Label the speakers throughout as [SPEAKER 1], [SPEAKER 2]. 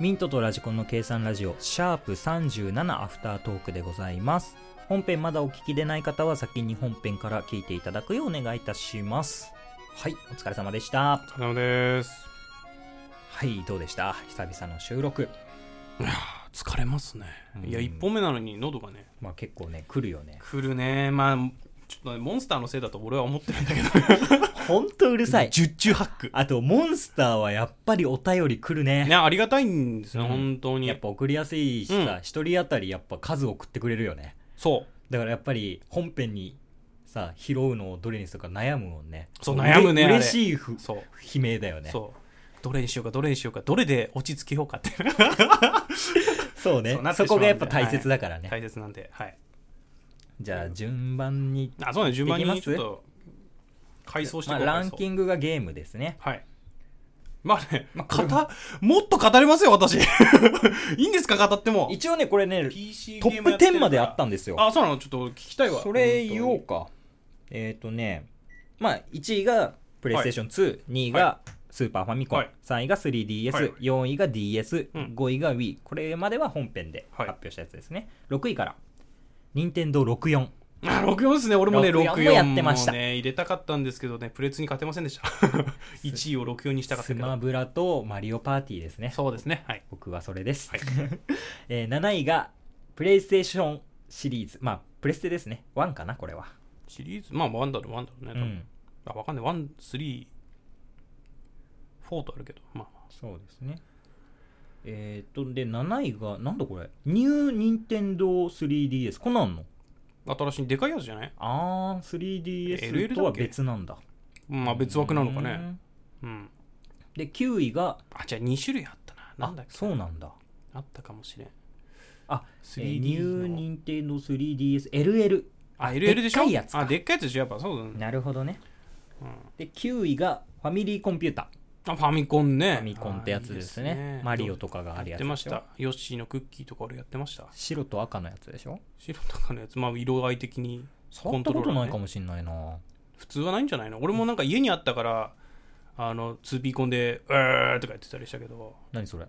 [SPEAKER 1] ミントとラジコンの計算ラジオ、シャープ37アフタートークでございます。本編まだお聞きでない方は先に本編から聞いていただくようお願いいたします。はい、お疲れ様でした。
[SPEAKER 2] お疲れ様です
[SPEAKER 1] はい、どうでした久々の収録。
[SPEAKER 2] 疲れますねいや
[SPEAKER 1] うん
[SPEAKER 2] 1本目なのに喉がね
[SPEAKER 1] まあ結構ね、来るよね。
[SPEAKER 2] くるねまあちょっとねモンスターのせいだと俺は思ってるんだけ ど
[SPEAKER 1] ほんとうるさい。
[SPEAKER 2] 十中八九
[SPEAKER 1] あと、モンスターはやっぱりお便り来るね。
[SPEAKER 2] ねありがたいんですよ、
[SPEAKER 1] うん
[SPEAKER 2] 本当に
[SPEAKER 1] やっぱ送りやすいしさ、一、人当たりやっぱ数送ってくれるよね。
[SPEAKER 2] そう
[SPEAKER 1] だからやっぱり本編にさ、拾うのをどれにするか悩むもんね。
[SPEAKER 2] そう悩む
[SPEAKER 1] うれ
[SPEAKER 2] ねあれ
[SPEAKER 1] 嬉しいふ
[SPEAKER 2] そう、
[SPEAKER 1] 悲鳴だよね。
[SPEAKER 2] そうどれにしようかどれにしようかどれで落ち着けようか って
[SPEAKER 1] そうね
[SPEAKER 2] そうなってしま
[SPEAKER 1] そ
[SPEAKER 2] う
[SPEAKER 1] こ
[SPEAKER 2] んで
[SPEAKER 1] がやっぱ大切だからね。
[SPEAKER 2] 大切なんではい
[SPEAKER 1] じゃあ順番に。
[SPEAKER 2] あそうね順番
[SPEAKER 1] いきま
[SPEAKER 2] に
[SPEAKER 1] す
[SPEAKER 2] ちょっと回想してい
[SPEAKER 1] まあ
[SPEAKER 2] こう
[SPEAKER 1] ラン
[SPEAKER 2] ン
[SPEAKER 1] キングがゲームですね。
[SPEAKER 2] はいまあね、
[SPEAKER 1] まあこれ
[SPEAKER 2] 語 もっと語れますよ私 いいんですか語っても
[SPEAKER 1] 一応ね、これね、
[SPEAKER 2] PC
[SPEAKER 1] トップ10まであった
[SPEAKER 2] ん
[SPEAKER 1] んですよ。
[SPEAKER 2] あそうなのちょっと聞きたいわ
[SPEAKER 1] それ言おうか。えっ、とね、まあ、1位がプレイステーション2、2位がスーパーファミコン、
[SPEAKER 2] はい
[SPEAKER 1] 3位が 3DS、
[SPEAKER 2] はい
[SPEAKER 1] 4位が DS、
[SPEAKER 2] うん
[SPEAKER 1] 5位が Wii。これまでは本編で
[SPEAKER 2] はい
[SPEAKER 1] 発表したやつですね。6位から、任天堂64。
[SPEAKER 2] あ64ですね俺もね
[SPEAKER 1] 64も
[SPEAKER 2] 64も
[SPEAKER 1] やってました
[SPEAKER 2] ね入れたかったんですけどねプレツに勝てませんでした 1位を64にしたかった
[SPEAKER 1] ス
[SPEAKER 2] け
[SPEAKER 1] マ
[SPEAKER 2] ど
[SPEAKER 1] ブラとマリオパーティーですね。
[SPEAKER 2] そうですねはい
[SPEAKER 1] 僕はそれです。
[SPEAKER 2] はい
[SPEAKER 1] えー7位が、プレイステーションシリーズ。まあ、プレステですね。1かな、これは。
[SPEAKER 2] シリーズまあワンダルワンダ
[SPEAKER 1] う
[SPEAKER 2] ルね、多分
[SPEAKER 1] ん。
[SPEAKER 2] あわかんないワンスリーフォーとあるけどまあまあ
[SPEAKER 1] そうですね。えー、っと、で、7位が、なんだこれニュー・ニンテンドー 3DS。こんなんあんの
[SPEAKER 2] 新しいでかいやつじゃない
[SPEAKER 1] あー、3DS とは別なんだ。
[SPEAKER 2] まあ別枠なのか
[SPEAKER 1] う
[SPEAKER 2] ね
[SPEAKER 1] ん。
[SPEAKER 2] うん、
[SPEAKER 1] で、9位が、
[SPEAKER 2] あじゃあ2種類あったななんだっ
[SPEAKER 1] あ
[SPEAKER 2] け
[SPEAKER 1] そうなんだ。
[SPEAKER 2] あったかもしれん
[SPEAKER 1] あ、えーニ
[SPEAKER 2] 3D
[SPEAKER 1] ュー・
[SPEAKER 2] の
[SPEAKER 1] ニンテンドー 3DS LL。
[SPEAKER 2] あ LL でしょ
[SPEAKER 1] でっかいやつか
[SPEAKER 2] あでっかいやつでしょやっぱそうだね、
[SPEAKER 1] なるほどね。
[SPEAKER 2] うん
[SPEAKER 1] で、9位が、ファミリーコンピュータ。
[SPEAKER 2] あファミコンね
[SPEAKER 1] ファミコンってやつですね。
[SPEAKER 2] あいいで
[SPEAKER 1] マリオとかがあるやつ
[SPEAKER 2] やっ
[SPEAKER 1] で
[SPEAKER 2] てま
[SPEAKER 1] し
[SPEAKER 2] し
[SPEAKER 1] ょ
[SPEAKER 2] たヨッシーのクッキーとか俺やってました
[SPEAKER 1] 白と赤のやつでしょ
[SPEAKER 2] 白とかのやつまあ色合い的に
[SPEAKER 1] 触ったことないか
[SPEAKER 2] も
[SPEAKER 1] もしんないな
[SPEAKER 2] 普通はないんじゃないの俺もなんか家にあったからあの 2P コンで「うー」とか言ってたりしたけど
[SPEAKER 1] 何それ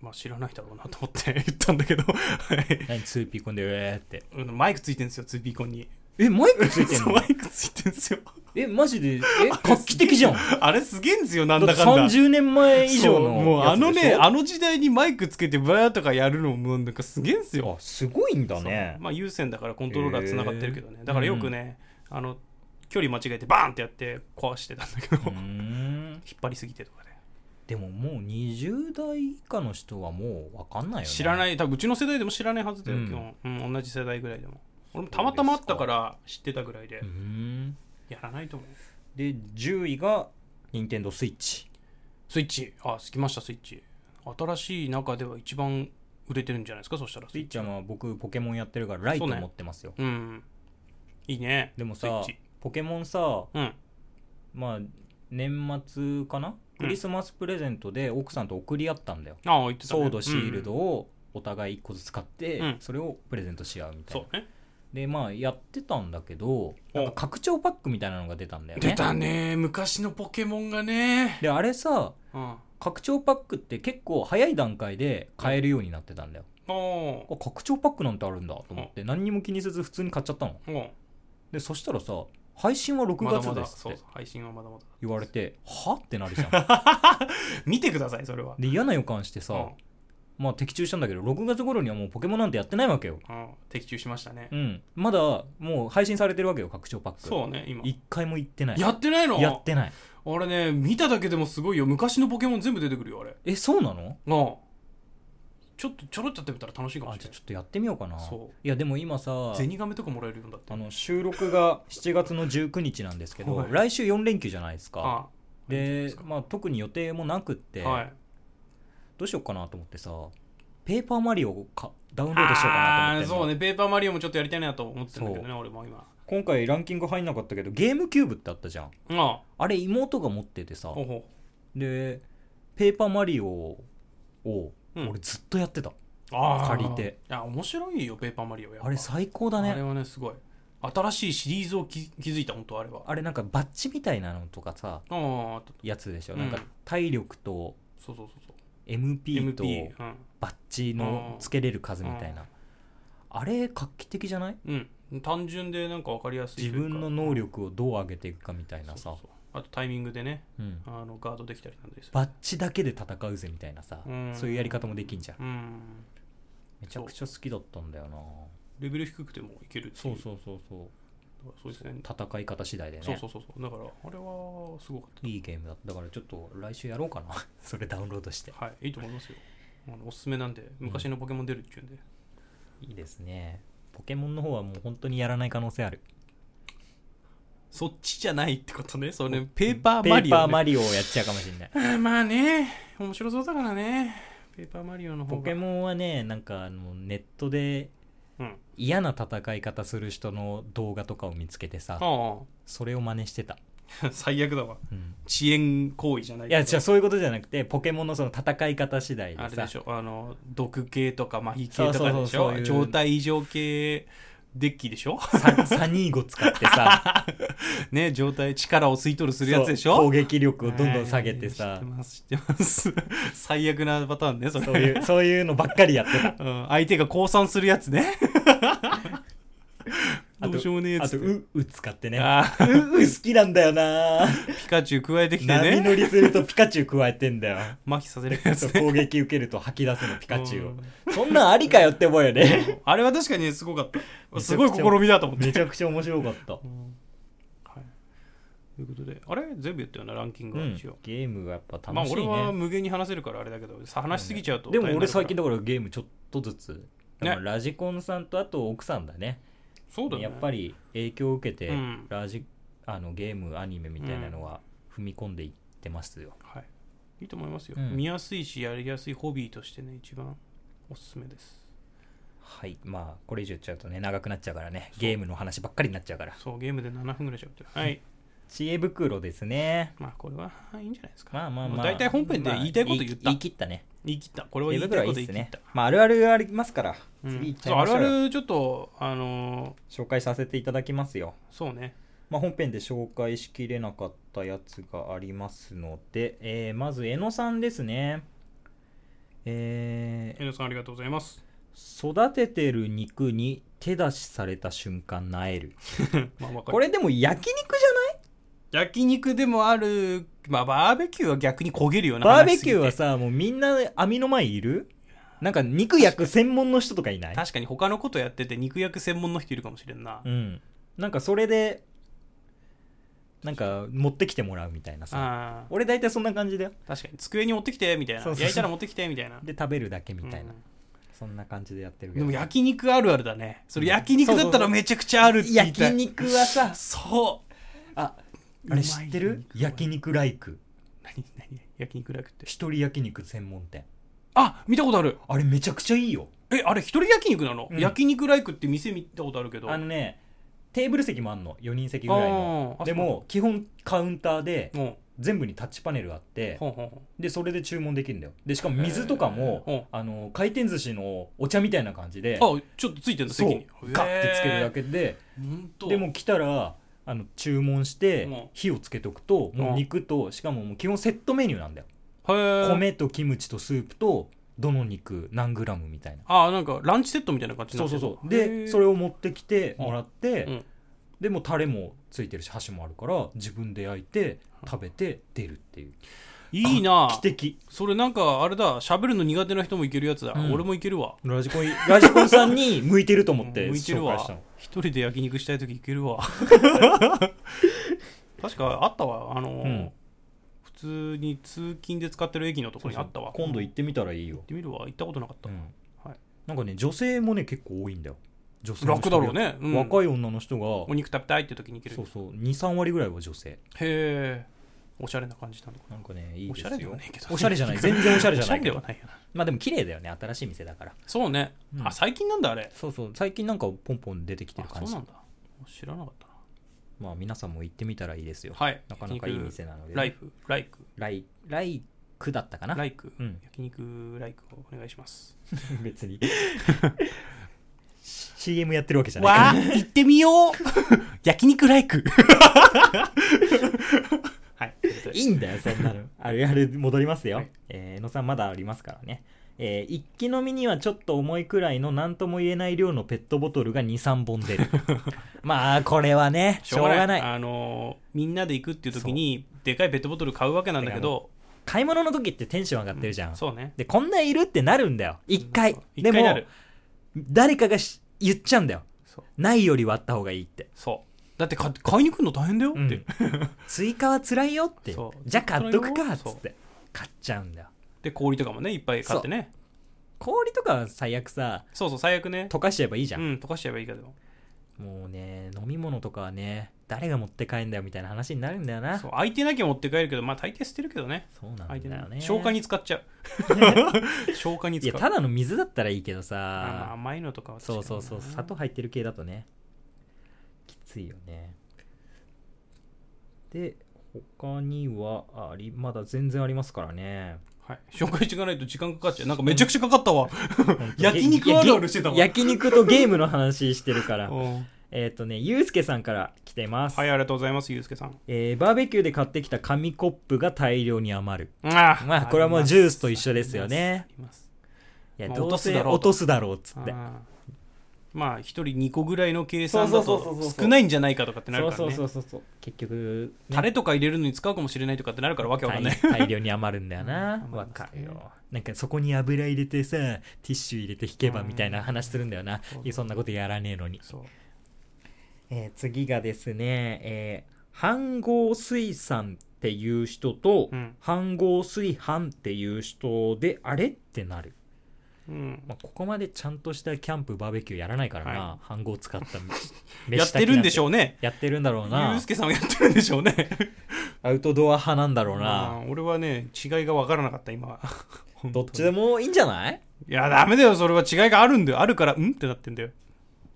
[SPEAKER 2] まあ知らないだろうなと思って 言ったんだけどはい
[SPEAKER 1] 何ツーピーコンでうえーって。
[SPEAKER 2] うんマイクついてんすよ 2P コンに
[SPEAKER 1] え、マイクつい てん
[SPEAKER 2] そう
[SPEAKER 1] の
[SPEAKER 2] マイクついてんすよ
[SPEAKER 1] え、マジで、え、画期的じゃん。だ
[SPEAKER 2] あれすげえんですよなん
[SPEAKER 1] って
[SPEAKER 2] だかんだ
[SPEAKER 1] 30年前以上の
[SPEAKER 2] そうもうあ
[SPEAKER 1] やつでしょ
[SPEAKER 2] のねあの時代にマイクつけてバーとかやるのもなんかすげえんすよ
[SPEAKER 1] あ、すごいんだね
[SPEAKER 2] そう。まあ有線だからコントローラーつながってるけどね、
[SPEAKER 1] へー
[SPEAKER 2] だからよくね、あの距離間違えてバーンってやって壊してたんだけど、
[SPEAKER 1] うー
[SPEAKER 2] 引っ
[SPEAKER 1] ん
[SPEAKER 2] 張りすぎてとかね
[SPEAKER 1] でももう20代以下の人はもうわかんないよね。
[SPEAKER 2] 知ら
[SPEAKER 1] い。
[SPEAKER 2] ない多分うちの世代でも知らないはずだよ、
[SPEAKER 1] うん
[SPEAKER 2] 基本、うん、同じ世代ぐらいでも俺もたまたまあったから知ってたぐらいで、
[SPEAKER 1] ん。
[SPEAKER 2] やらないと思う
[SPEAKER 1] で、10位が、任天堂スイッチ。
[SPEAKER 2] スイッチあつきましたスイッチ新しい中では一番売れてるんじゃないですかそしたら
[SPEAKER 1] スイッチはまあ僕、ポケモンやってるから、ライト
[SPEAKER 2] そうね
[SPEAKER 1] 持ってますよ。
[SPEAKER 2] うんいいね
[SPEAKER 1] でも
[SPEAKER 2] スイッ
[SPEAKER 1] さ
[SPEAKER 2] チ、
[SPEAKER 1] ポケモンさ、
[SPEAKER 2] うん
[SPEAKER 1] まあ、年末かなクリスマスプレゼントで奥さんと送り合ったんだよ。
[SPEAKER 2] ああ言ってた、ね、
[SPEAKER 1] ソード、シールド
[SPEAKER 2] うん
[SPEAKER 1] をお互い1個ずつ買って、
[SPEAKER 2] うん
[SPEAKER 1] それをプレゼントし合うみたい
[SPEAKER 2] そ
[SPEAKER 1] な。
[SPEAKER 2] うね
[SPEAKER 1] で、まあ、やってたんだけど、なんか拡張パックみたいなのが出たんだよね。
[SPEAKER 2] 出たね昔のポケモンがね、
[SPEAKER 1] で、あれさ、
[SPEAKER 2] うん、
[SPEAKER 1] 拡張パックって結構早い段階で買えるようになってたんだよ。
[SPEAKER 2] お
[SPEAKER 1] あ拡張パックなんてあるんだと思って、何にも気にせず普通に買っちゃったの。
[SPEAKER 2] お
[SPEAKER 1] で、そしたらさ、配信は6
[SPEAKER 2] まだま
[SPEAKER 1] 月
[SPEAKER 2] だ
[SPEAKER 1] です
[SPEAKER 2] そ
[SPEAKER 1] っ
[SPEAKER 2] う
[SPEAKER 1] て
[SPEAKER 2] そう配信はまだ まだ
[SPEAKER 1] 言われて、はってなるじゃん。
[SPEAKER 2] 見てくださいそれは
[SPEAKER 1] で、嫌な予感してさ、
[SPEAKER 2] うん
[SPEAKER 1] まあ的中したんだけど、6月頃にはもうポケモンなんてやってないわけよ。
[SPEAKER 2] うん的中しましたね
[SPEAKER 1] うん。まだ、もう配信されてるわけよ、拡張パック。
[SPEAKER 2] そうね今
[SPEAKER 1] 一回も行ってない。
[SPEAKER 2] やってないの
[SPEAKER 1] やってない。
[SPEAKER 2] 俺ね見ただけでもすごいよ昔のポケモン全部出てくるよあれ
[SPEAKER 1] え、そうなの
[SPEAKER 2] うんちょっとちょろっとやってみたら楽しいかも
[SPEAKER 1] あ、
[SPEAKER 2] し
[SPEAKER 1] じゃ
[SPEAKER 2] れ
[SPEAKER 1] あちょっとやってみようかな。
[SPEAKER 2] そう
[SPEAKER 1] いや、でも今さ
[SPEAKER 2] ない、ゼニガメとかもらえるんだって
[SPEAKER 1] あの、収録が7月の19日なんですけど、
[SPEAKER 2] はい
[SPEAKER 1] 来週4連休じゃないですか。
[SPEAKER 2] あ
[SPEAKER 1] で、まあ特に予定もなくって、
[SPEAKER 2] はい
[SPEAKER 1] どうしようかなと思ってさ、ペーパーマリオをかダウンロードしようかなと思
[SPEAKER 2] ああ
[SPEAKER 1] ってんの
[SPEAKER 2] そうねペーパーマリオもちょっとやりたいなと思ってるんだけどね俺も今
[SPEAKER 1] 今回ランキング入んなかったけど、ゲームキューブってあったじゃん。
[SPEAKER 2] うんほ
[SPEAKER 1] あれ妹が持っててさ、
[SPEAKER 2] うほ
[SPEAKER 1] で、ペーパーマリオを、
[SPEAKER 2] うん
[SPEAKER 1] 俺ずっとやってた。
[SPEAKER 2] うああ
[SPEAKER 1] 借りて
[SPEAKER 2] いや面白いよペーパーマリオやっぱ
[SPEAKER 1] あれ最高だね。
[SPEAKER 2] あれはねすごい新しいシリーズをき気づいた本当あれは
[SPEAKER 1] あれなんかバッジみたいなのとかさ
[SPEAKER 2] ああ
[SPEAKER 1] やつでしょ、
[SPEAKER 2] うん
[SPEAKER 1] なんか体力と
[SPEAKER 2] そうそうそうそう
[SPEAKER 1] え MP と
[SPEAKER 2] MP うん
[SPEAKER 1] バッジのつけれる数みたいなあれ画期的じゃない
[SPEAKER 2] うん、単純でなんか分かりやすい
[SPEAKER 1] 自
[SPEAKER 2] というか
[SPEAKER 1] 分の能力をどう上げていくかみたいな
[SPEAKER 2] そう
[SPEAKER 1] さ
[SPEAKER 2] そうそうあとタイミングでね
[SPEAKER 1] うん
[SPEAKER 2] あのガードできたりなんでする
[SPEAKER 1] バッジだけで戦うぜみたいなさ
[SPEAKER 2] うん
[SPEAKER 1] そういうやり方もできんじゃん
[SPEAKER 2] うん
[SPEAKER 1] めちゃくちゃ好きだったんだよな
[SPEAKER 2] レベル低くてもいけるってい
[SPEAKER 1] そうそうそうそう
[SPEAKER 2] だからそうですね
[SPEAKER 1] 戦い方次第でね
[SPEAKER 2] そうそうそうそうだからあれはすごかっ
[SPEAKER 1] いいゲームだっただからちょっと来週やろうかな それダウンロードして
[SPEAKER 2] たはいいいと思いますよあのおすすめなんで昔のポケモン出るっていうんで、
[SPEAKER 1] いいですねポケモンの方はもう本当にやらない可能性ある
[SPEAKER 2] そっちじゃないってことねそれペーパーマリオ、ね、
[SPEAKER 1] ペーパーマリオをやっちゃうかもしれ ない
[SPEAKER 2] あーまあね面白そうだからねペーパーマリオの方が
[SPEAKER 1] ポケモンはねなんかあのネットで
[SPEAKER 2] うん
[SPEAKER 1] 嫌な戦い方する人の動画とかを見つけてさ
[SPEAKER 2] あ
[SPEAKER 1] それを真似してた、
[SPEAKER 2] あ 最悪だわ
[SPEAKER 1] うん、
[SPEAKER 2] 遅延行為じゃない
[SPEAKER 1] い
[SPEAKER 2] けど
[SPEAKER 1] やじゃあそういうことじゃなくてポケモンのその戦い方次第で
[SPEAKER 2] あ
[SPEAKER 1] さ
[SPEAKER 2] れでしょあの毒系とか麻痺系とか
[SPEAKER 1] そうそう
[SPEAKER 2] でし
[SPEAKER 1] そう
[SPEAKER 2] ょ
[SPEAKER 1] そういう
[SPEAKER 2] 状態異常系デッキでしょ
[SPEAKER 1] ササニーゴ使ってさ
[SPEAKER 2] ね状態力を吸い 取るするやつでし
[SPEAKER 1] そう攻
[SPEAKER 2] ょ
[SPEAKER 1] 撃力をどんどん下げて
[SPEAKER 2] はい
[SPEAKER 1] さ
[SPEAKER 2] 知ってます知ってます 最悪なパターンねそれ
[SPEAKER 1] そういうそういうのばっかりやってた
[SPEAKER 2] うん、相手が降参するやつね
[SPEAKER 1] あ
[SPEAKER 2] どうしようもねえや
[SPEAKER 1] あ
[SPEAKER 2] つ
[SPEAKER 1] と
[SPEAKER 2] って
[SPEAKER 1] うう使ってね
[SPEAKER 2] あ
[SPEAKER 1] うう好きなんだよ な
[SPEAKER 2] ピカチュウ加えてきて
[SPEAKER 1] 波乗
[SPEAKER 2] ね
[SPEAKER 1] りするとピカチュウ加えてんだよ
[SPEAKER 2] 麻痺させ るやつ
[SPEAKER 1] そう
[SPEAKER 2] ね
[SPEAKER 1] 攻撃受けると吐き出すのピカチュウ
[SPEAKER 2] うん
[SPEAKER 1] をそんなんありかよって思うよね
[SPEAKER 2] あれは確かにすごかっ
[SPEAKER 1] くち
[SPEAKER 2] た
[SPEAKER 1] ゃ
[SPEAKER 2] すごい試みだと思って
[SPEAKER 1] めちゃくちゃ面白かった
[SPEAKER 2] うんはい、ということであれ全部言ったよなランキン
[SPEAKER 1] う
[SPEAKER 2] グは
[SPEAKER 1] ん
[SPEAKER 2] 一応、
[SPEAKER 1] ゲームがやっぱ
[SPEAKER 2] まあ
[SPEAKER 1] 楽しい
[SPEAKER 2] 俺は
[SPEAKER 1] ね
[SPEAKER 2] 無限に話せるからあれだけどさ話しすぎちゃうと
[SPEAKER 1] でも俺最近
[SPEAKER 2] だ
[SPEAKER 1] だからゲームちょっとずつだからラジコンさんとあと奥さんだね
[SPEAKER 2] そうだね
[SPEAKER 1] やっぱり影響を受けて
[SPEAKER 2] うん
[SPEAKER 1] ラジあのゲームアニメみたいなのは踏み込んでいってますよ
[SPEAKER 2] はい、いいと思いますよ、
[SPEAKER 1] うん
[SPEAKER 2] 見やすいしやりやすいホビーとしてね一番おすすめです
[SPEAKER 1] はいまあこれ以上言っちゃうとね長くなっちゃうからねゲームの話ばっかりになっちゃうから
[SPEAKER 2] そうゲームで7分ぐらいしゃべってるはい
[SPEAKER 1] 知恵袋ですね
[SPEAKER 2] まあこれははいいいんじゃないですか
[SPEAKER 1] まあまあ
[SPEAKER 2] も
[SPEAKER 1] ま
[SPEAKER 2] う
[SPEAKER 1] あ
[SPEAKER 2] 大体本編で言いたいこと言った、
[SPEAKER 1] まあ言い切ったね
[SPEAKER 2] 言い切ったこれは
[SPEAKER 1] 知恵
[SPEAKER 2] 言いた
[SPEAKER 1] 袋
[SPEAKER 2] い
[SPEAKER 1] はい
[SPEAKER 2] こ
[SPEAKER 1] い
[SPEAKER 2] と言
[SPEAKER 1] です
[SPEAKER 2] い切っ
[SPEAKER 1] ね
[SPEAKER 2] た、
[SPEAKER 1] まああるあるありますから
[SPEAKER 2] うん
[SPEAKER 1] 次いっち
[SPEAKER 2] そ
[SPEAKER 1] ゃ
[SPEAKER 2] う
[SPEAKER 1] い
[SPEAKER 2] あ
[SPEAKER 1] まし
[SPEAKER 2] る
[SPEAKER 1] ょ
[SPEAKER 2] あ
[SPEAKER 1] うよ
[SPEAKER 2] るちょっとあの
[SPEAKER 1] 紹介させていただきますよ
[SPEAKER 2] ーそうね
[SPEAKER 1] まあ、本編で紹介しきれなかったやつがありますので、えーまず江野さんですね、え
[SPEAKER 2] えのさんありがとうございます
[SPEAKER 1] ー育ててる肉に手出しされた瞬間なえる
[SPEAKER 2] まあわかる
[SPEAKER 1] これでも焼肉じ
[SPEAKER 2] 焼肉でもある、まあ、バーベキューは逆に焦げるよう
[SPEAKER 1] ゃ
[SPEAKER 2] な
[SPEAKER 1] ないバー
[SPEAKER 2] 話
[SPEAKER 1] ベ
[SPEAKER 2] すぎ
[SPEAKER 1] キ
[SPEAKER 2] て
[SPEAKER 1] ューはさもうみんな網の前いるなんか肉焼く専門の人とかいない
[SPEAKER 2] 確かに他のことやってて肉焼く専門の人いるかもしれんな、
[SPEAKER 1] うんなんかそれでなんか持ってきてもらうみたいなさ
[SPEAKER 2] ああ
[SPEAKER 1] 俺大体そんな感じだよ
[SPEAKER 2] 確かに机に持ってきてみたいな
[SPEAKER 1] そうそうそう
[SPEAKER 2] 焼いたら持ってきてみたいな
[SPEAKER 1] で食べるだけみたいな、
[SPEAKER 2] うん
[SPEAKER 1] そんな感じでやってるけ
[SPEAKER 2] で
[SPEAKER 1] ど
[SPEAKER 2] も焼肉あるあるだねそれ焼
[SPEAKER 1] う
[SPEAKER 2] 肉
[SPEAKER 1] ん
[SPEAKER 2] だったらめちゃくちゃあるって言い
[SPEAKER 1] 焼
[SPEAKER 2] たい
[SPEAKER 1] 肉はさ
[SPEAKER 2] そう
[SPEAKER 1] あ
[SPEAKER 2] う
[SPEAKER 1] あ
[SPEAKER 2] ま
[SPEAKER 1] れ
[SPEAKER 2] い
[SPEAKER 1] 知ってる
[SPEAKER 2] 焼
[SPEAKER 1] 焼肉ライク
[SPEAKER 2] 何何焼肉楽って
[SPEAKER 1] 一人焼肉専門店
[SPEAKER 2] あ見たことある
[SPEAKER 1] あれめちゃくちゃいいよ
[SPEAKER 2] えあれ一人焼肉なの、
[SPEAKER 1] うん
[SPEAKER 2] 焼肉ライクって店見たことあるけど
[SPEAKER 1] あのねテーブル席もあんの4人席ぐらいの
[SPEAKER 2] あーあ
[SPEAKER 1] でも基本カウンターで
[SPEAKER 2] そううん
[SPEAKER 1] 全部にタッチパネルがあって
[SPEAKER 2] ほんほんほん
[SPEAKER 1] でそれで注文できるんだよでしかも水とか
[SPEAKER 2] へー
[SPEAKER 1] もあの回転寿司のお茶みたいな感じで
[SPEAKER 2] あちょっとついてんだ
[SPEAKER 1] そ
[SPEAKER 2] 席
[SPEAKER 1] う
[SPEAKER 2] に
[SPEAKER 1] ガッてつけるだ
[SPEAKER 2] け
[SPEAKER 1] けで
[SPEAKER 2] 本当
[SPEAKER 1] でも来たらあの注文して
[SPEAKER 2] うん
[SPEAKER 1] 火をつけとくとも
[SPEAKER 2] う
[SPEAKER 1] うん肉としかももう基本セットメニューなんだよ
[SPEAKER 2] へー
[SPEAKER 1] 米とキムチとスープとどの肉何グラムみたいな
[SPEAKER 2] ああなんかランチセットみたいな感じに
[SPEAKER 1] そ
[SPEAKER 2] な
[SPEAKER 1] うそ
[SPEAKER 2] って
[SPEAKER 1] うそ
[SPEAKER 2] る
[SPEAKER 1] う
[SPEAKER 2] へー
[SPEAKER 1] でそれを持ってきてもらって、
[SPEAKER 2] うん
[SPEAKER 1] でもうタレもついてるし箸もあるから自分で焼いて食べて出るっていう
[SPEAKER 2] いいな
[SPEAKER 1] 画期的
[SPEAKER 2] それなんかあれだ喋るの苦手な人もいけるやつだ、
[SPEAKER 1] うん
[SPEAKER 2] 俺もいけるわ
[SPEAKER 1] ラジコンラジコンさんに向いてると思って
[SPEAKER 2] うん向いてる
[SPEAKER 1] 紹
[SPEAKER 2] わ
[SPEAKER 1] 介したの
[SPEAKER 2] 一人で焼肉したい時いけるわ 確かあったわあの、
[SPEAKER 1] うん
[SPEAKER 2] 普通に通勤で使ってる駅のところにあったわ
[SPEAKER 1] 今度
[SPEAKER 2] 行
[SPEAKER 1] 行ってみたらいいよ
[SPEAKER 2] っ、てみるわ行ったことなかった、
[SPEAKER 1] うん
[SPEAKER 2] はい
[SPEAKER 1] なんかね女性もね結構多いんだよ女性の
[SPEAKER 2] 楽
[SPEAKER 1] 人
[SPEAKER 2] だろうね、うん
[SPEAKER 1] 若い女の人が
[SPEAKER 2] お肉食べたいって時にいける
[SPEAKER 1] そうそう23割ぐらいは女性
[SPEAKER 2] へえおしゃれな感じなのか
[SPEAKER 1] なんかねいい
[SPEAKER 2] お
[SPEAKER 1] ですよ
[SPEAKER 2] しゃれではないけど
[SPEAKER 1] おしゃれじゃない全然おしゃれじゃない
[SPEAKER 2] おしゃれ
[SPEAKER 1] け
[SPEAKER 2] で
[SPEAKER 1] ど
[SPEAKER 2] はないよな
[SPEAKER 1] まあでも綺麗だよね新しい店だから
[SPEAKER 2] そうね、
[SPEAKER 1] うん
[SPEAKER 2] あ最近なんだあれ
[SPEAKER 1] そうそう最近なんかポンポン出てきてる
[SPEAKER 2] あ
[SPEAKER 1] 感
[SPEAKER 2] そう
[SPEAKER 1] じ
[SPEAKER 2] なんだ知らなかったな
[SPEAKER 1] まあ皆さんも行ってみたらいいですよ
[SPEAKER 2] はい
[SPEAKER 1] なかなかいい店なので
[SPEAKER 2] ライフライク
[SPEAKER 1] ライライクだったかな
[SPEAKER 2] ライク、
[SPEAKER 1] うん
[SPEAKER 2] 焼肉ライクをお願いします。
[SPEAKER 1] 別に CM やってるわけじゃない
[SPEAKER 2] わ
[SPEAKER 1] か
[SPEAKER 2] あ、行って みよう焼肉ライクはい。
[SPEAKER 1] ら いいんだよ、そんなの。あれ、あれ、戻りますよ。
[SPEAKER 2] はい
[SPEAKER 1] えー、江野さんまだありますからね。えー一気飲みにはちょっと重いくらいの何とも言えない量のペットボトルが2、3本 出る。まあ、これはね、しょうがない。
[SPEAKER 2] あのーみんなで行くっていう時にでかいペットボトル買うわけなんだけど
[SPEAKER 1] 買い物の時ってテンション上がってるじゃん。
[SPEAKER 2] そうね
[SPEAKER 1] で、こんないるってなるんだよ。一回。
[SPEAKER 2] 一
[SPEAKER 1] で
[SPEAKER 2] 回な
[SPEAKER 1] も
[SPEAKER 2] る、
[SPEAKER 1] 誰かがし言っちゃうんだよ。
[SPEAKER 2] そう
[SPEAKER 1] ないより割った方がいいって。
[SPEAKER 2] そうだってか買いに来るの大変だよって、
[SPEAKER 1] うん追加は辛いよって
[SPEAKER 2] そう。
[SPEAKER 1] じゃあ買っとくか、つ
[SPEAKER 2] そう
[SPEAKER 1] って。買っちゃうんだよ。
[SPEAKER 2] で氷とかもねいっぱい買ってね
[SPEAKER 1] 氷とかは最悪さ、
[SPEAKER 2] そうそう最悪ね
[SPEAKER 1] 溶かしちゃえばいいじゃ。
[SPEAKER 2] うんん溶かしちゃえばいいけど
[SPEAKER 1] もうね、飲み物とかはね、誰が持って帰んだよみたいな話になるんだよな。
[SPEAKER 2] そ
[SPEAKER 1] そう
[SPEAKER 2] 空いてなきゃ持って帰るけどまあ大抵捨てるけどね
[SPEAKER 1] うな
[SPEAKER 2] 空い
[SPEAKER 1] ん
[SPEAKER 2] て
[SPEAKER 1] だ
[SPEAKER 2] な
[SPEAKER 1] よ
[SPEAKER 2] い、
[SPEAKER 1] ね。
[SPEAKER 2] 消化に使 っちゃう消化に
[SPEAKER 1] い
[SPEAKER 2] 使
[SPEAKER 1] や、
[SPEAKER 2] う
[SPEAKER 1] ただの水だったらいいけど
[SPEAKER 2] あまあ
[SPEAKER 1] さ、
[SPEAKER 2] 甘いのとかは確か
[SPEAKER 1] そ
[SPEAKER 2] に
[SPEAKER 1] う
[SPEAKER 2] な
[SPEAKER 1] そうそう、砂糖入ってる系だとね、きついよね。で、他にはあり、まだ全然ありますからね。
[SPEAKER 2] はい、紹介していかないと時間かかっちゃうなんかめちゃくちゃかかったわ
[SPEAKER 1] 本当
[SPEAKER 2] 焼肉あるあるしてたわ
[SPEAKER 1] いや焼肉とゲームの話してるから。
[SPEAKER 2] うん
[SPEAKER 1] えっとね、ゆうすけさんから来てます。
[SPEAKER 2] はいありがとうございますゆうすけさん
[SPEAKER 1] えーバーベキューで買ってきた紙コップが大量に余る。
[SPEAKER 2] あー
[SPEAKER 1] まあこれはもうジュースと一緒ですよね
[SPEAKER 2] あります
[SPEAKER 1] いや、
[SPEAKER 2] まあ
[SPEAKER 1] どうせ
[SPEAKER 2] 落とすだろうと
[SPEAKER 1] 落とすだろうっつ
[SPEAKER 2] あ
[SPEAKER 1] っ
[SPEAKER 2] り
[SPEAKER 1] て。
[SPEAKER 2] ますあーまあ1人2個ぐらいの計算だ
[SPEAKER 1] そうそうそうそう
[SPEAKER 2] と
[SPEAKER 1] そう
[SPEAKER 2] 少ないんじゃないかとかってな
[SPEAKER 1] そ
[SPEAKER 2] るか
[SPEAKER 1] う
[SPEAKER 2] らね
[SPEAKER 1] そうそうそうそう。結局、ね
[SPEAKER 2] タレとか入れるのに使うかもしれないとかってなるからわけわかんない。
[SPEAKER 1] 大大量に余るんだよな
[SPEAKER 2] うん
[SPEAKER 1] わかる
[SPEAKER 2] 余り
[SPEAKER 1] よ。なんかそこに油入れてさ、ティッシュ入れて引けばみたいな話するんだよな
[SPEAKER 2] うん。
[SPEAKER 1] いやそんなことやらねえのに。
[SPEAKER 2] そう
[SPEAKER 1] えー次がですね、えー、半合水産っていう人と、
[SPEAKER 2] うん
[SPEAKER 1] 半合水飯っていう人で、あれってなる。
[SPEAKER 2] うん
[SPEAKER 1] まあ、ここまでちゃんとしたキャンプバーベキューやらないからな、
[SPEAKER 2] は
[SPEAKER 1] 飯合使った
[SPEAKER 2] やってるんでし
[SPEAKER 1] う
[SPEAKER 2] ょうね
[SPEAKER 1] やってるんだろう
[SPEAKER 2] ゆう
[SPEAKER 1] な
[SPEAKER 2] すけさんはやってるんでしょうね
[SPEAKER 1] アウトドア派なんだろう
[SPEAKER 2] まあ
[SPEAKER 1] な、
[SPEAKER 2] 俺はね違いが分からなかった今は本
[SPEAKER 1] ど
[SPEAKER 2] 当
[SPEAKER 1] っ
[SPEAKER 2] に
[SPEAKER 1] ちでもいいんじゃない
[SPEAKER 2] いやダメだよそれは違いがあるんだよあるからうんってなってんだよ
[SPEAKER 1] い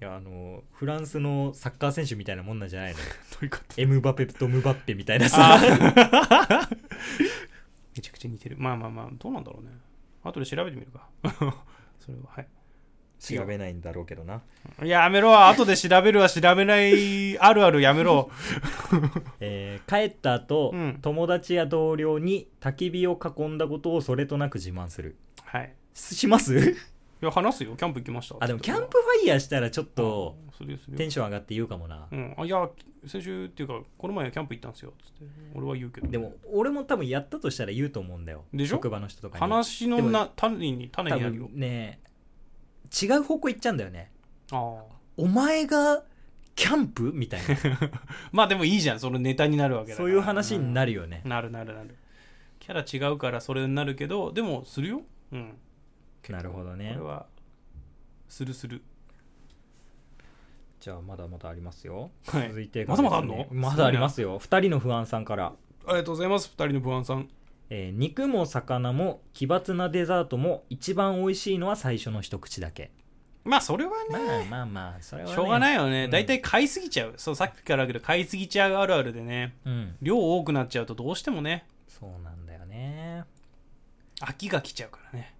[SPEAKER 1] やあのフランスのサッカー選手みたいなもんなんじゃないの
[SPEAKER 2] どういうこと
[SPEAKER 1] エムバペとムバッペみたいな
[SPEAKER 2] あ
[SPEAKER 1] さ
[SPEAKER 2] ー めちゃくちゃ似てるまあまあまあどうなんだろうね後で調べてみるか それははい
[SPEAKER 1] 調べないんだろうけどな、
[SPEAKER 2] やめろ後で調べるは調べないあるあるやめろ
[SPEAKER 1] えー帰った後、
[SPEAKER 2] うん
[SPEAKER 1] 友達や同僚に焚き火を囲んだことをそれとなく自慢する
[SPEAKER 2] はい
[SPEAKER 1] しします
[SPEAKER 2] いや話すよキャンプ行きました
[SPEAKER 1] あでもキャンプファイヤーしたらちょっと
[SPEAKER 2] するよする
[SPEAKER 1] テ
[SPEAKER 2] よ
[SPEAKER 1] ンション上がって言うかもな、
[SPEAKER 2] うん、あいや先週っていうかこの前キャンプ行ったんですよつって俺は言うけど
[SPEAKER 1] でも俺も多分やったとしたら言うと思うんだよ
[SPEAKER 2] でしょ
[SPEAKER 1] 職場の人とかに
[SPEAKER 2] 話のな種に種
[SPEAKER 1] 多
[SPEAKER 2] になるよ
[SPEAKER 1] 分ね違う方向行っちゃうんだよね
[SPEAKER 2] ああ
[SPEAKER 1] お前がキャンプみたいな
[SPEAKER 2] まあでもいいじ ゃんそのネタになるわけだから
[SPEAKER 1] そういう話になるよね
[SPEAKER 2] うんなるなるなるキャラ違うからそれになるけどでもするようん
[SPEAKER 1] なるほど
[SPEAKER 2] これ
[SPEAKER 1] ね
[SPEAKER 2] はするする
[SPEAKER 1] じゃあまだまだありますよ
[SPEAKER 2] はい
[SPEAKER 1] 続いて
[SPEAKER 2] まだまだあんの
[SPEAKER 1] まだありますよ2人の不安さんから、
[SPEAKER 2] ありがとうございます二人の不安さん
[SPEAKER 1] えー肉も魚も奇抜なデザートも一番美味しいのは最初の一口だけ
[SPEAKER 2] まあそれはね
[SPEAKER 1] まあまあまあそれは、ね、
[SPEAKER 2] しょうがない
[SPEAKER 1] い、
[SPEAKER 2] よね
[SPEAKER 1] うん
[SPEAKER 2] 大体買いすぎちゃうそうさっきからあるけど買いすぎちゃうあるあるでね
[SPEAKER 1] うん、
[SPEAKER 2] 量多くなっちゃうとどうしてもね
[SPEAKER 1] そうなんだよね
[SPEAKER 2] 飽きが来ちゃうからね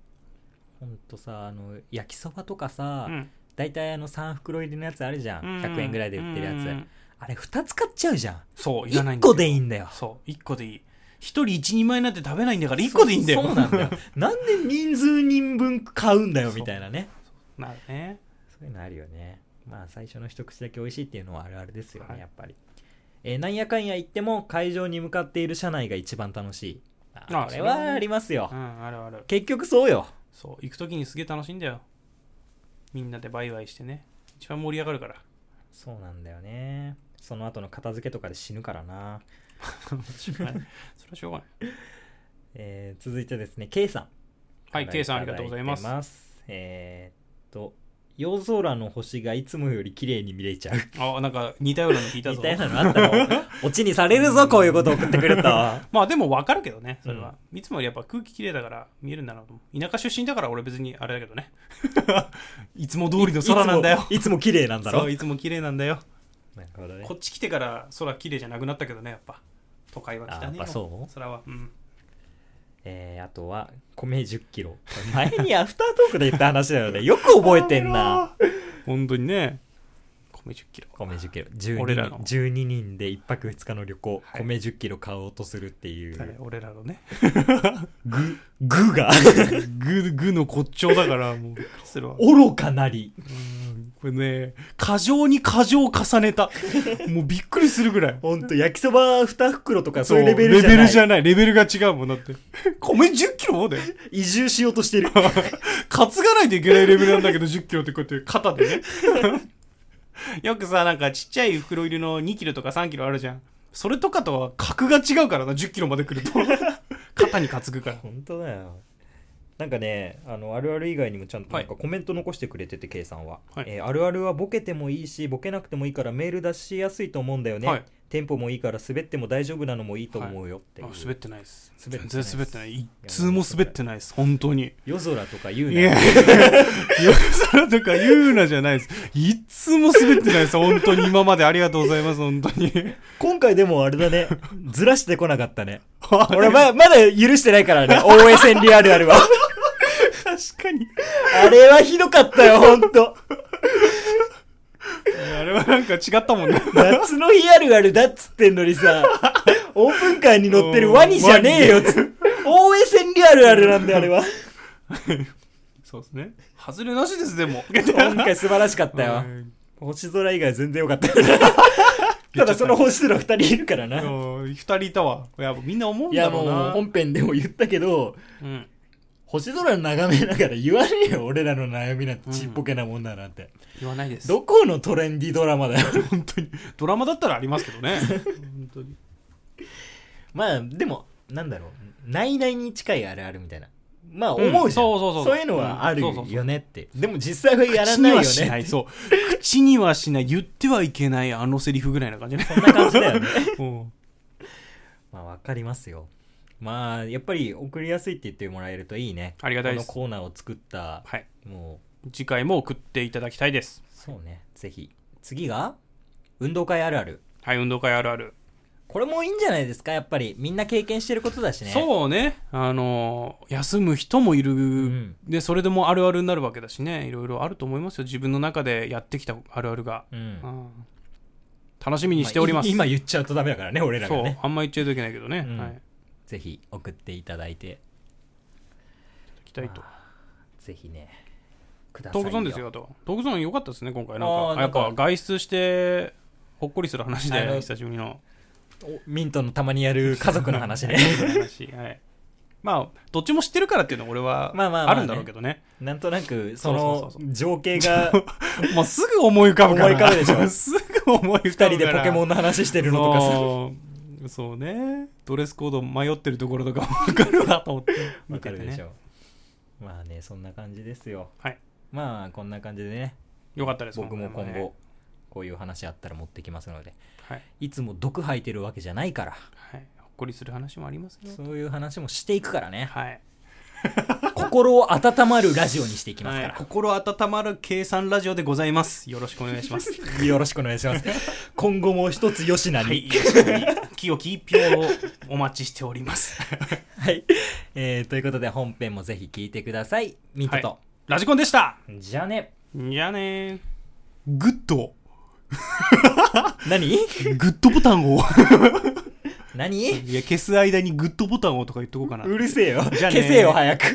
[SPEAKER 1] ほんとさあの焼きそばとかさ、
[SPEAKER 2] うん
[SPEAKER 1] 大体あの3袋入りのやつあるじゃん
[SPEAKER 2] うん
[SPEAKER 1] 100円ぐらいで売ってるやつ、
[SPEAKER 2] うん
[SPEAKER 1] あれ2つ買っちゃうじゃん
[SPEAKER 2] そういらない
[SPEAKER 1] 1個
[SPEAKER 2] んだよ
[SPEAKER 1] でいいんだよ
[SPEAKER 2] そう1個でいい一人一人前なんて食べないんだから1個でいいんだよ
[SPEAKER 1] そうなんだよなんで人数人分買うんだよみたいなね
[SPEAKER 2] なるね
[SPEAKER 1] そういうのあるよねまあ最初の一口だけ美味しいっていうのはあるあるですよね、
[SPEAKER 2] はい
[SPEAKER 1] やっぱり、えーなんやかんや言っても会場に向かっている車内が一番楽しいあ
[SPEAKER 2] あ
[SPEAKER 1] こ
[SPEAKER 2] そ
[SPEAKER 1] れ
[SPEAKER 2] れはね
[SPEAKER 1] はありますよ、
[SPEAKER 2] うんあるある
[SPEAKER 1] 結局そうよ
[SPEAKER 2] そう行く時にすげえ楽しいんだよみんなでバイバイしてね一番盛り上が るから
[SPEAKER 1] そうなんだよねその後の片付けとかで死ぬからな、
[SPEAKER 2] それはしょうがない
[SPEAKER 1] えー続いてですね K さん
[SPEAKER 2] はい K さんあり
[SPEAKER 1] ただ
[SPEAKER 2] がとうございます
[SPEAKER 1] てえーっと夜空の星がいつもより綺麗に見れちゃう
[SPEAKER 2] あなんか似たようなの聞いた
[SPEAKER 1] み
[SPEAKER 2] ぞ
[SPEAKER 1] たいなのあった らオチにされるぞこういうこと送ってくると
[SPEAKER 2] まあでも分かるけどねそれは、いつもよりやっぱ空気きれいだから見えるんだなと思う田舎出身だから俺別にあれだけ どねいつも通りの空なんだ
[SPEAKER 1] い
[SPEAKER 2] よ
[SPEAKER 1] つもいつも綺麗なんだ
[SPEAKER 2] そ
[SPEAKER 1] ろ
[SPEAKER 2] ういつも綺麗なんだよ
[SPEAKER 1] なるほどね
[SPEAKER 2] こっち来てから空綺麗じゃなくなったけどねやっぱ都会は汚
[SPEAKER 1] あやっ
[SPEAKER 2] ねえよ
[SPEAKER 1] ぱそう
[SPEAKER 2] 空はうん
[SPEAKER 1] えー、あとは米1 0キロ前にアフタートークで言った話だよねよく覚えてんな
[SPEAKER 2] 本当にね米10キロ
[SPEAKER 1] 米1 0キロ12
[SPEAKER 2] 俺ら
[SPEAKER 1] 人
[SPEAKER 2] の
[SPEAKER 1] 12人で1泊2日の旅行、
[SPEAKER 2] はい
[SPEAKER 1] 米1 0キロ買おうとするってい
[SPEAKER 2] はい、
[SPEAKER 1] う
[SPEAKER 2] 俺らのね
[SPEAKER 1] ぐぐ が
[SPEAKER 2] ぐぐの骨頂だからもうびっくりするわ
[SPEAKER 1] 愚かなり
[SPEAKER 2] うんこれね過剰に過剰を重ねたもうびっくりするぐらい
[SPEAKER 1] ほんと焼きそば2袋とかそういう
[SPEAKER 2] そ
[SPEAKER 1] レ
[SPEAKER 2] う
[SPEAKER 1] ベルじゃない
[SPEAKER 2] レベルじゃないレベルが違うもんだって米1 0キロもだよ
[SPEAKER 1] 移住しようとしてる
[SPEAKER 2] 担がないといけないレベルなんだけど1 0キロってこうやって肩で ねよくさなんかちっちゃい袋入りの2キロとか3キロあるじゃんそれとかとは格が違うからな1 0キロまで来 ると肩に担ぐから
[SPEAKER 1] ほんとだよなんかねあのあるある以外にもちゃんとなんかコメント残してくれてて K さんは、
[SPEAKER 2] はい
[SPEAKER 1] えーあるあるはボケてもいいしボケなくてもいいからメール出しやすいと思うんだよね、
[SPEAKER 2] はい
[SPEAKER 1] テンポもいいから滑っても大丈夫なのもいいと思うよっていう、
[SPEAKER 2] あ滑ってないです
[SPEAKER 1] 滑ってない
[SPEAKER 2] 全然滑ってない一通も滑ってないです本当に
[SPEAKER 1] 夜空とか言う
[SPEAKER 2] い
[SPEAKER 1] な
[SPEAKER 2] や、
[SPEAKER 1] よ
[SPEAKER 2] 夜空とか言うなじゃないです。いつも滑ってないです。本当に今までありがとうございます。本当に。
[SPEAKER 1] 今回でもあれだねずらしてこなかった ね俺ままだ許してないからね大江千里あるある は
[SPEAKER 2] 確かに。
[SPEAKER 1] あれはひどかったよほんと
[SPEAKER 2] あれはなんか違ったもんね。
[SPEAKER 1] 夏の日あるあるだっつってんのに さオープンカーに乗ってるワニじゃねえよっつ大江千里あるあるなんだよあれ は
[SPEAKER 2] そうですね。外れなしです、でも。
[SPEAKER 1] 今回素晴らしかったよ
[SPEAKER 2] うん
[SPEAKER 1] 星空以外全然よかった ただその星空2人いるから
[SPEAKER 2] あ
[SPEAKER 1] な
[SPEAKER 2] の二人いたわ。やっぱみんな思うん
[SPEAKER 1] いや
[SPEAKER 2] だろ
[SPEAKER 1] も
[SPEAKER 2] う
[SPEAKER 1] う
[SPEAKER 2] な。
[SPEAKER 1] 本編でも言ったけど
[SPEAKER 2] うん
[SPEAKER 1] 星空眺めながら言わねえよ俺らの悩みなんてちっぽけなもんだなんて、
[SPEAKER 2] 言わないです。
[SPEAKER 1] どこのトレンディドラマだよ
[SPEAKER 2] 本当に。ドラマだったらありますけどね。本当に。
[SPEAKER 1] まあでもなんだろう内々に近いあるあるみたいなまあ思うじゃん、
[SPEAKER 2] うんそうそうそう
[SPEAKER 1] いうのはある
[SPEAKER 2] うんそうそうそう
[SPEAKER 1] よねってでも実際はやら
[SPEAKER 2] 口
[SPEAKER 1] ない
[SPEAKER 2] に
[SPEAKER 1] よ
[SPEAKER 2] はしな
[SPEAKER 1] ね
[SPEAKER 2] い。そう。口にはしない。言ってはいけないあのセリフぐらいな感じ ね。
[SPEAKER 1] そんな感じだよね
[SPEAKER 2] うん
[SPEAKER 1] まあわかりますよまあやっぱり送りやすいって言ってもらえるといいね
[SPEAKER 2] ありが
[SPEAKER 1] こ
[SPEAKER 2] たいで
[SPEAKER 1] の
[SPEAKER 2] す。
[SPEAKER 1] コーナーを作った
[SPEAKER 2] はい。
[SPEAKER 1] もう
[SPEAKER 2] 次回も送っていただきたいです。
[SPEAKER 1] そうねぜひ次が運動会あるある
[SPEAKER 2] はい、運動会あるある。
[SPEAKER 1] これもいいんじゃないですかやっぱりみんな経験してることだしねう
[SPEAKER 2] そうね。あのー、休む人もいる。
[SPEAKER 1] ん
[SPEAKER 2] で、それでもあるあるになるわけだしね。いろいろあると思いますよ。自分の中でやってきたあるあるが。
[SPEAKER 1] うん
[SPEAKER 2] うん楽しみにしております。
[SPEAKER 1] あい今言っちゃうとダメだからね俺らが
[SPEAKER 2] そう
[SPEAKER 1] ね。
[SPEAKER 2] あんま言っちゃいといけないけどね。
[SPEAKER 1] うん
[SPEAKER 2] はい。
[SPEAKER 1] ぜひ送っていただいて
[SPEAKER 2] 行きたいと。
[SPEAKER 1] ぜひね、くださ
[SPEAKER 2] ト
[SPEAKER 1] い
[SPEAKER 2] ー
[SPEAKER 1] よ
[SPEAKER 2] クゾーンですよ、あと。トークゾーン良かったですね、今回。なん
[SPEAKER 1] あー
[SPEAKER 2] か、
[SPEAKER 1] な
[SPEAKER 2] や
[SPEAKER 1] ん
[SPEAKER 2] っ
[SPEAKER 1] か
[SPEAKER 2] ぱ外出して、ほっこりする話
[SPEAKER 1] あの
[SPEAKER 2] で、久しぶりの。
[SPEAKER 1] おミントのたまにやる家族の話ね。
[SPEAKER 2] 話。はい。まあ、どっちも知ってるからっていうのは俺は、
[SPEAKER 1] まあまあまあね
[SPEAKER 2] あるんだろうけどね。
[SPEAKER 1] なんとなく、そ
[SPEAKER 2] そ
[SPEAKER 1] の
[SPEAKER 2] うそう
[SPEAKER 1] 情景が、
[SPEAKER 2] もうすぐ思い浮かぶから。
[SPEAKER 1] 思い浮かぶでしょ
[SPEAKER 2] すぐ思い浮
[SPEAKER 1] 二
[SPEAKER 2] か
[SPEAKER 1] 人
[SPEAKER 2] ぶ
[SPEAKER 1] で
[SPEAKER 2] から。
[SPEAKER 1] ポケモ
[SPEAKER 2] ン
[SPEAKER 1] ンの話して
[SPEAKER 2] て
[SPEAKER 1] るのとかさ、
[SPEAKER 2] そうそうね。ドレスコード迷ってるところとか分かるわと思って。
[SPEAKER 1] わかるでしょ
[SPEAKER 2] 見ててね。
[SPEAKER 1] まあね、そんな感じですよ。
[SPEAKER 2] はい。
[SPEAKER 1] まあ、こんな感じでね、
[SPEAKER 2] よかったです。
[SPEAKER 1] 僕も今
[SPEAKER 2] ね
[SPEAKER 1] 後、こういう話あったら持ってきますので、
[SPEAKER 2] はい。
[SPEAKER 1] いつも毒吐いてるわけじゃないから、
[SPEAKER 2] はい。ほっこりする話もありますよ。
[SPEAKER 1] そういう話もしていくからね、
[SPEAKER 2] はい。
[SPEAKER 1] 心を温まるラジオにしていきますか
[SPEAKER 2] はい心温まる計算ラジオでございます。よろしくお願いします。
[SPEAKER 1] ら、よろしくお願いし ます。今後も一つよしなに。
[SPEAKER 2] はい。よろしく清き一票をお待ちしております。
[SPEAKER 1] はい、えーということで本編もぜひ聞いてくださいミントと、
[SPEAKER 2] はラジコンでした
[SPEAKER 1] じゃあね
[SPEAKER 2] じゃあねー。グッド。
[SPEAKER 1] 何
[SPEAKER 2] グッドボタンを。
[SPEAKER 1] 何
[SPEAKER 2] いや、消す間にグッドボタンをとか言っとこうかな。
[SPEAKER 1] うるせえよ
[SPEAKER 2] じゃあね
[SPEAKER 1] 消せよ早く